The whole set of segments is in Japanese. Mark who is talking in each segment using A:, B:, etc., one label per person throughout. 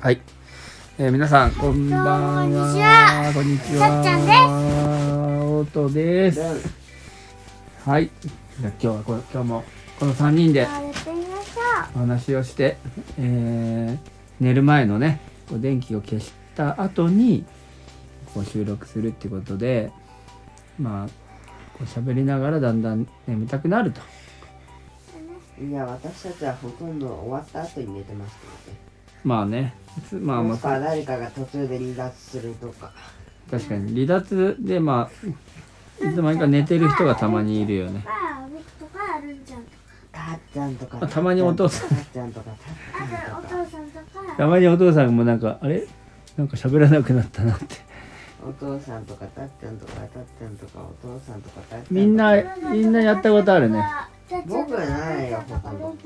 A: はい。えー、皆さん、こんばん
B: どうもこんにち
A: は
B: は。
A: こんにちは。
B: さっちゃん
A: です。おとです。はい。じゃあ今日はこれ、今日も、この3人で
B: 食べてみまし
A: お話をして、えー寝る前のね、こう電気を消した後に、こう収録するってことで、まあ、こう喋りながらだんだん眠たくなると。
C: いや、私たちはほとんど終わった後に寝てますけどね。
A: まあね、つまあま
C: も
A: あ
C: しく、は誰かが途中で離脱するとか。
A: 確かに離脱でまあいつの間にか寝てる人がたまにいるよね
B: ょう。ああ、僕とかあるんちゃんとか。
C: たっちゃんとか。
A: あたまにお父さん
C: たっちゃんとか。たっちゃん
B: あ
C: と
B: と、
C: か。
B: お父さんと
A: た
B: か。
A: まにお父さんもなんかあれなんか喋らなくなったなって
C: お父さんとか、たっちゃんとか、たっちゃんとか、お父さんとか、たっちゃんとか。
A: みんなみんなやったことあるね
C: 僕はないよほとんど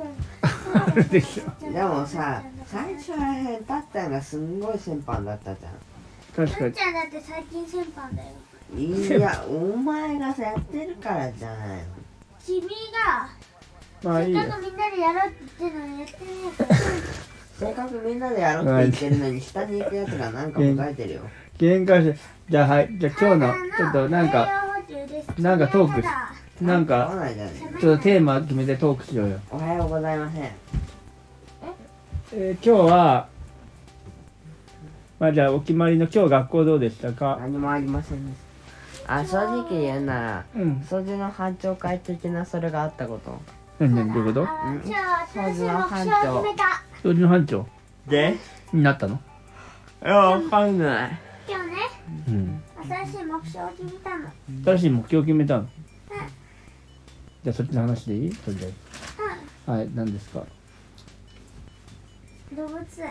B: ある
A: でしょ
C: でもさ、最初らへん、たっちゃんがすんごい先輩だったじゃ
A: 確か
B: っ
A: に
B: ちゃんだって最近先輩だよ。
C: ん。いや、お前がさ、やってるからじゃないの。
B: 君が、
A: まあ
B: せ
A: いい
B: っ
A: よ
B: かくみんなでやろうって言ってるのにやってないから。
C: せっかくみんなでやろうって言ってるのに、下に行くやつがなんか答えてるよ。
A: 喧嘩してじゃあはいじゃあ今日のちょっとなんかなんかトークしなん
C: 合わ
A: か
C: ないじゃない
A: ちょっとテーマ決めてトークしようよ
C: おはようございません。
A: えー今日はまあじゃあお決まりの今日学校どうでしたか
C: 何もありませんでしたあ正直言うなら
A: うん
C: 掃除の班長会的なそれがあったこと
A: 何何どういうこと
B: 今日は新しい目標を決めた。
A: 掃除の班長
C: で
A: になったの
C: いやわかんない
B: 今日ね、
A: うん
B: 新しい目標を決めたの。
A: 新しい目標を決めたのじゃあそっちの話でいいとりあえずはい、何ですか。
B: うん、動物園作る。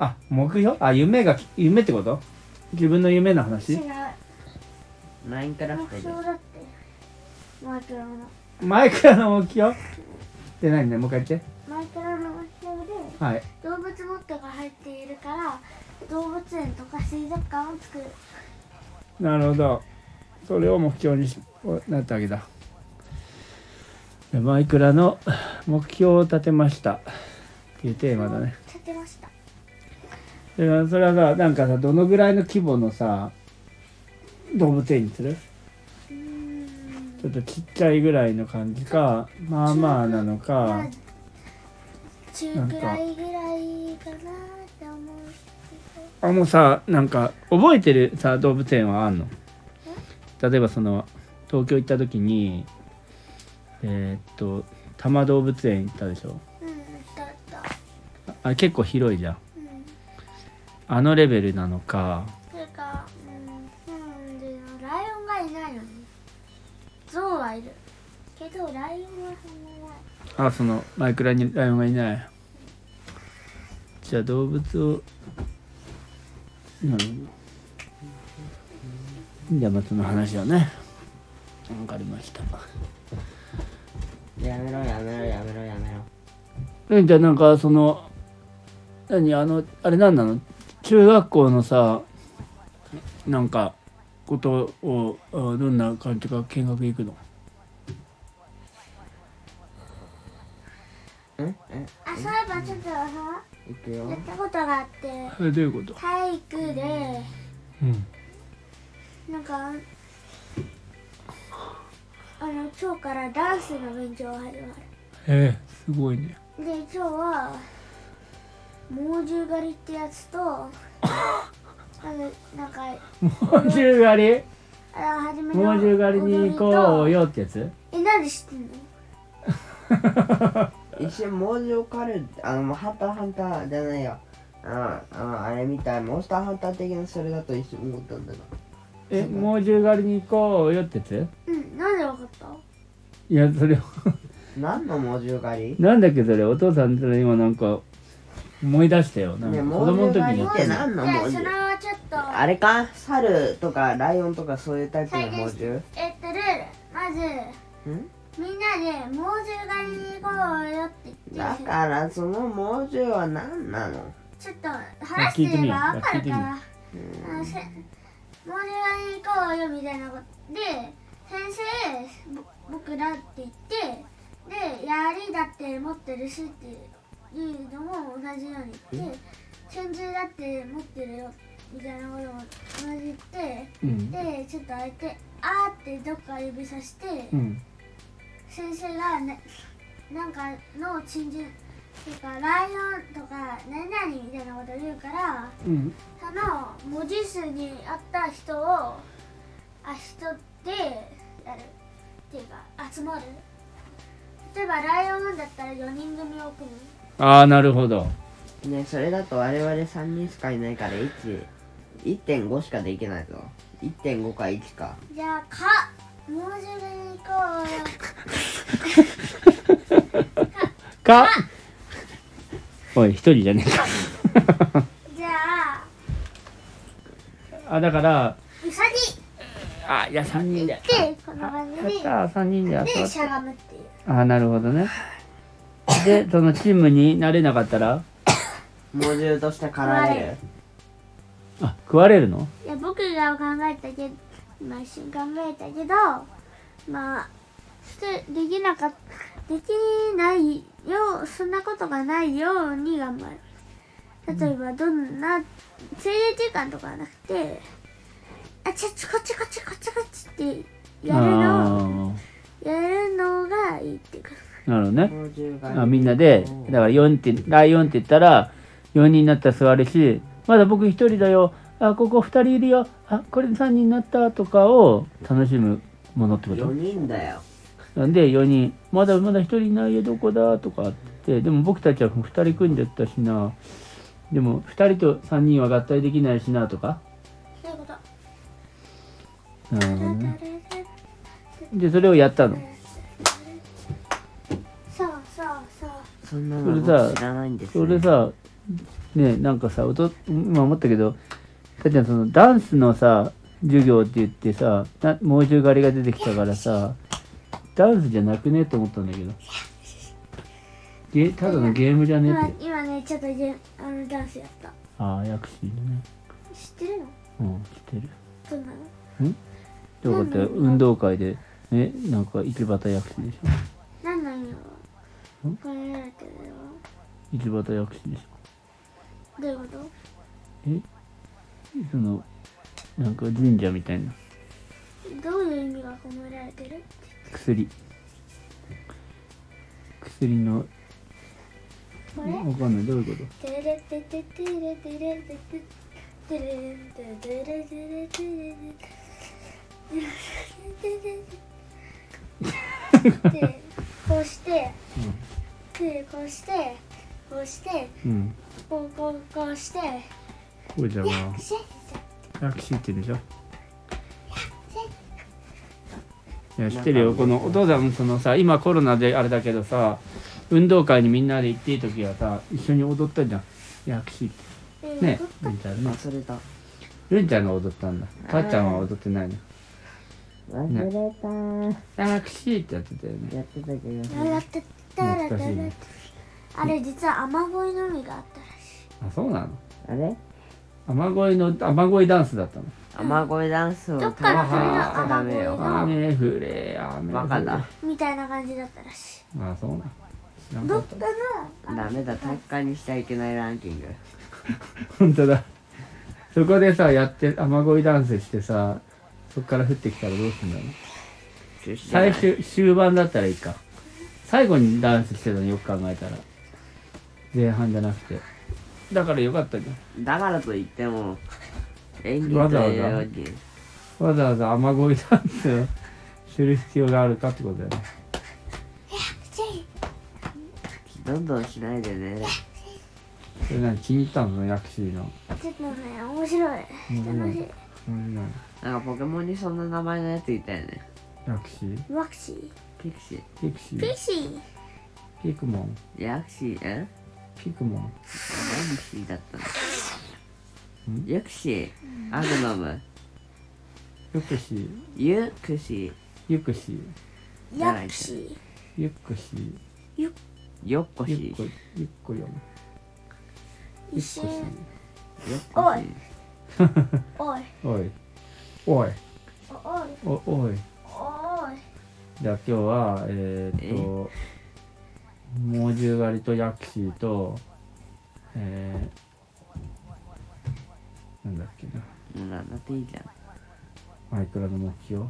A: あ、目標、あ、夢が、夢ってこと。自分の夢の
B: 違
A: 話
B: う。。
C: マインクラフ
B: 目
C: トで
B: 標だって。マイクラの。
A: マイクラの目標。で、何ね、もう一回言って。
B: マイクラの目標で
A: はい。
B: 動物ボットが入っているから動物園とか水族館を作る
A: なるほど。それを目標にし、なったわけだ。でマイクラの目標を立てました。っていうテーマだね。
B: 建てました
A: で、それはさ、なんかさ、どのぐらいの規模のさ。動物園にする。
B: うーん
A: ちょっとちっちゃいぐらいの感じか、まあまあなの
B: ま
A: か
B: あ。中くらいぐらいかなって思うけ
A: あもうさなんか覚えてるさ動物園はあんの例えばその東京行った時にえーっと多摩動物園行ったでしょ
B: どうんだった
A: ああれ結構広いじゃん
B: うん
A: あのレベルなのか
B: それかうんなんでなライオンがいないのにゾウはいるけどライオンはそんなにない
A: あそのマイクラにライオンがいないじゃあ動物をなるほどじゃあまあその話はねわかりました
C: やめろやめろやめろやめろ
A: えじゃあなんかその何あのあれ何なの中学校のさなんかことをあどんな感じか見学行くの
C: んえ
B: あそういえばちょっとさ
C: 行く
B: や
C: よ
B: ったことがあって
A: えどういうこと、
B: 体育で
A: うん、
B: なんかあの今日からダンスの勉強が始ま
A: えすごいね
B: るで今日は猛獣狩りってやつ とあのなんか
A: 猛獣狩り
B: あら初めの
A: 猛獣狩りに行こう
B: よ
A: よってや つ
B: えなんで知ってんの
C: 一瞬猛獣狩るあのもうハンターハンターじゃないよああのあれみたいモンスターハンター的なそれだと一瞬思ったんだが
A: え猛獣狩りに行こうよってやつ
B: うんなんでわかった
A: いやそれ
C: 何の猛獣狩り
A: なんだっけそれお父さんそれ今なんか思い出したよなん
C: ね
A: か
C: 猛
A: 子供の時に
C: 獣狩りって何の
B: じゃ
C: 猛
B: あそれ
C: 獣
B: はちょっと
C: あれか猿とかライオンとかそういうタイプの猛獣
B: えっとルールまず
C: ん
B: みんなで猛獣狩りに行こうよって言
C: だ
B: って
C: からその猛獣は何なの
B: ちょっと話してればわか
A: 聞い
B: るか
A: てみよう
B: ら。あのせモニターに行こうよみたいなことで先生ぼ僕らって言ってで槍だって持ってるしっていいのも同じようにで拳銃だって持ってるよみたいなことも同じ言って
A: うん
B: でちょっと相手あーってどっか指さして、
A: うん
B: 先生が、ね、なんかの珍獣っていうかライオンとか何々みたいなこと言うから
A: うん
B: その文字数にあった人をあ人でやるっていうか集まる例えばライオンだったら4人組を組む
A: ああなるほど
C: ねそれだと我々3人しかいないから1 1.5しかできないぞ1.5か1か
B: じゃあ「か」文字でいこう
A: かおい一人じゃねえか
B: よじゃあ
A: あだから
B: うさぎ
A: あいや3人で
B: ってこんな感じで
A: あ3人で
B: でし
A: 集ま
B: ゃ
A: っ
B: がむっていう
A: たあーなるほどねでそのチームになれなかったら
C: 猛獣として狩られる
A: あ食われるの
B: いや僕が考えたけど、まあ、一瞬考えたけどまあちょっとできなかったできないようそんなことがないように頑張る例えばどんな制限時間とかはなくてあちょちょこっちこっちこっちこっちってやるの
A: あ
B: やるのがいいっていうか
A: ーなるほどね
C: 猛獣が
A: あみんなでだから4ってライオンって言ったら4人になったら座るしまだ僕1人だよあここ2人いるよあこれで3人になったとかを楽しむものってこ
C: 4
A: と
C: 人だよ
A: なんで4人まだまだ1人いないよどこだとかってでも僕たちは2人組んでったしなでも2人と3人は合体できないしなとか
B: そういうこと
A: なるほどね
B: そ
A: でそれをやったの
B: うそうそう
C: そんな
A: それ
C: の
A: さ
C: 僕知らないんです、ね、
A: それさねなんかさおと今思ったけどさっきのそのダンスのさ授業って言ってさな猛獣狩りが出てきたからさダンスじゃなくねと思ったんだけどゲただのゲームじゃねっ
B: 今
A: て
B: 今ねちょっとゲームあのダンスやった
A: ああ薬師のね
B: 知ってるの
A: うん知ってる
B: どんなの
A: でよかったよ運動会でねなんか一畑薬師でし
B: 何の意味
A: ん
B: をこれられてるの
A: ょ一畑薬師でしょ
B: どういうこと
A: えそのなんか神社みたいな
B: どういう意味が込められてる
A: 薬薬の
B: これ
A: わかんないどういうこと
B: テレテテテレテレテテテレテテレテレテレテレテレテレでこうしてでこうしてこうして
A: うん
B: こうこうこうして
A: こうじゃんは
B: シェ
A: 楽しいって言うんでしょいや知ってるよこのお父さんそのさ今コロナであれだけどさ運動会にみんなで行っていい時はさ一緒に踊ったじゃん薬師って
B: ッ
A: ねルンちゃんね
C: 忘れた
A: ルンちゃんが踊ったんだたっちゃんは踊ってないの
C: 忘れた、
A: 薬師ってやってたよね
C: やってたけど
B: やらてたらたらあれ実は雨乞いのみがあったらし
A: あそうなの
C: あれ
A: 雨乞いの雨乞いダンスだったの
C: 雨乞いダンスを
B: どっから
A: それが
C: はダメよ
B: 雨あ
A: 雨降れ雨降れ
C: バカだ
B: いみたいな感じだったらし
A: あそうなの知ら
B: い
A: んか
B: どっ
A: っ
B: か
A: た
B: の
C: ダメだ達観にしちゃいけないランキング
A: 本当だそこでさやって雨乞いダンスしてさそこから降ってきたらどうすんだろう
C: 中止じゃな
A: 最
C: い
A: 終終盤だったらいいか最後にダンスしてたのよく考えたら前半じゃなくてだからよかったじ
C: だからといっても演技
A: わ
C: と
A: ざわざ
C: いうより
A: ゃんわざわざ雨乞いダンスをする必要があるかってことだよね
C: どんどんしないでね
A: それ何気に入ったのその薬師の
B: ちょっとね面白い楽し
A: うんなんか
C: なんかポケモンにそんな名前のやついたよね
A: 薬師
B: いワクシー
C: ピクシー
A: ピクシ
B: ピ
A: ー
B: シー
A: ピクモン
C: ヤクシーえ
A: ピクモン
C: 何シーだったのユクシーアグノム
A: ユクシー
C: ユクシ
A: ユクシー
B: ヤクシ
A: ユクシー
C: ーヨッコシ
A: ユ
C: ー
A: ッコユッコよ
B: ー
A: ユ
B: 一
A: ッコシ
B: 瞬
C: ヨッコシー
B: おい
A: ーおいおい
B: おおい
A: おお
B: お
A: い
B: い
A: じゃあ今日はえーっと、猛獣狩りとヤクシーとえー、なんだっけな
D: うんなんだっていいじゃ
A: マイクラの目標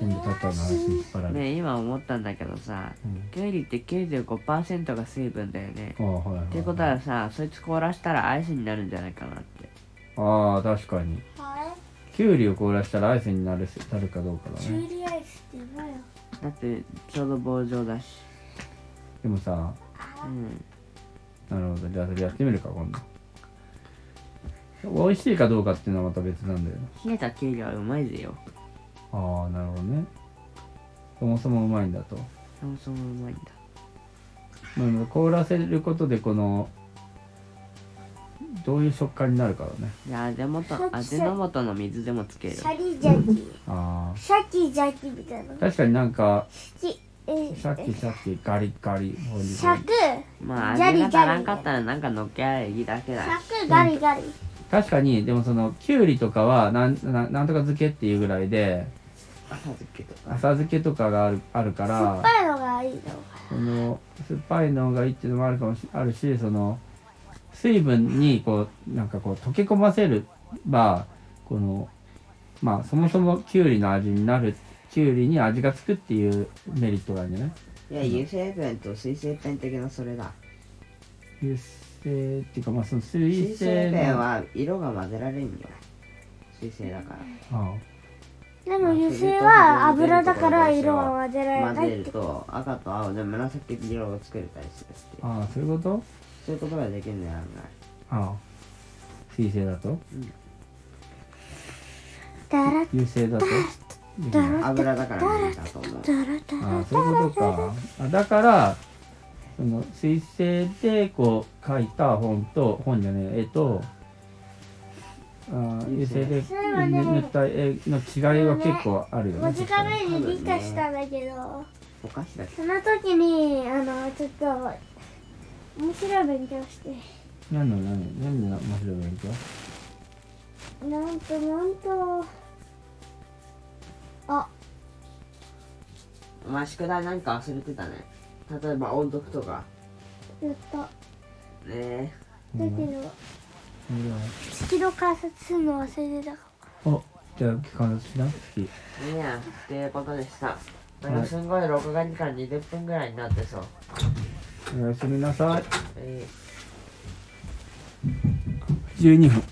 A: 全部タタの話に引っ張られ
D: ん
A: て、
D: ねえ今思ったんだけどさ
A: うん
D: キュウリって95%が水分だよね
A: ああはいはい、はい、
D: ってことはさそいつ凍らしたらアイスになるんじゃないかなって
A: ああ確かにキュウリを凍らしたらアイスになるしなるかどうかだ
B: キュ
A: ね
B: ウリアイスってうまいよ
D: だってちょうど棒状だし
A: でもさ
D: うん
A: なるほどじゃあそれやってみるか今度美味しいかどうかっていうのはまた別なんだよね
D: 冷えたキュウリはうまいぜよ
A: ああなるほどねそもそもうまいんだと
D: そもそもうまいんだ
A: まあ凍らせることでこのどういう食感になるからね
D: いや味の素味の素の水でもつける
B: シャリジャキ
A: あ
B: シャキジャキみたいな
A: あ確かになんか
B: シえ
A: シャキシャキガリガリほりほり
B: シャク
D: まあ
B: ジャリ
D: 味が足らんかったらなんかのっけありゃいいだけ
B: シ
D: だ
B: ャクガリガリ
A: 確かにでもそのきゅうりとかはなんななんとか漬けっていうぐらいで浅漬けとかがあるあるか
B: 酸っ
A: ら
B: ぱいのがいいの
A: その酸っぱいのがいいっていうのもあるかもしあるしその水分にこうなんかこう溶け込ませればこのまあそもそもきゅうりの味になるきゅうりに味がつくっていうメリットがあるんじゃない
C: いや油性ペンと水性ペン的なそれだ
A: 油性っていうかまあその水
C: 水性
A: 性
C: ペン
A: のあ
C: は色が混ぜられんよ水性だから
A: あ
B: でも油性は油だから色は混ぜられな
C: 混ぜ
B: いっ
C: る
B: て
C: と赤と青で紫色を作れたりするっていう
A: ああそういうこと
C: そういうことができるのよ案外
A: ああ水性だと
B: だら
A: 油性だとでき
B: だ
A: ない
B: ら
C: 油だから無理だと思う
B: だらだら
A: ああそういうことかあだからその水性でこう書いた本と本じゃねえ絵とああ油性で
B: それはね
A: 塗った絵の違いは結構あるよ
B: 5
A: ね
B: 時間目に理科したんだけど
C: お菓子だけ
B: その時にあのちょっと面白い勉強して
A: 何の何何の面白い勉強
B: なんとなんとあ
C: お前宿題なんか忘れてたね例えば音読とか
B: やった
C: ね
B: だけど月の観察するの忘れてたか
A: おじゃあ観察しな好き
C: えねえっていうことでしたなんかすんごい録画時間20分ぐらいになってそう、
A: おやすみなさい
C: えー
A: 12分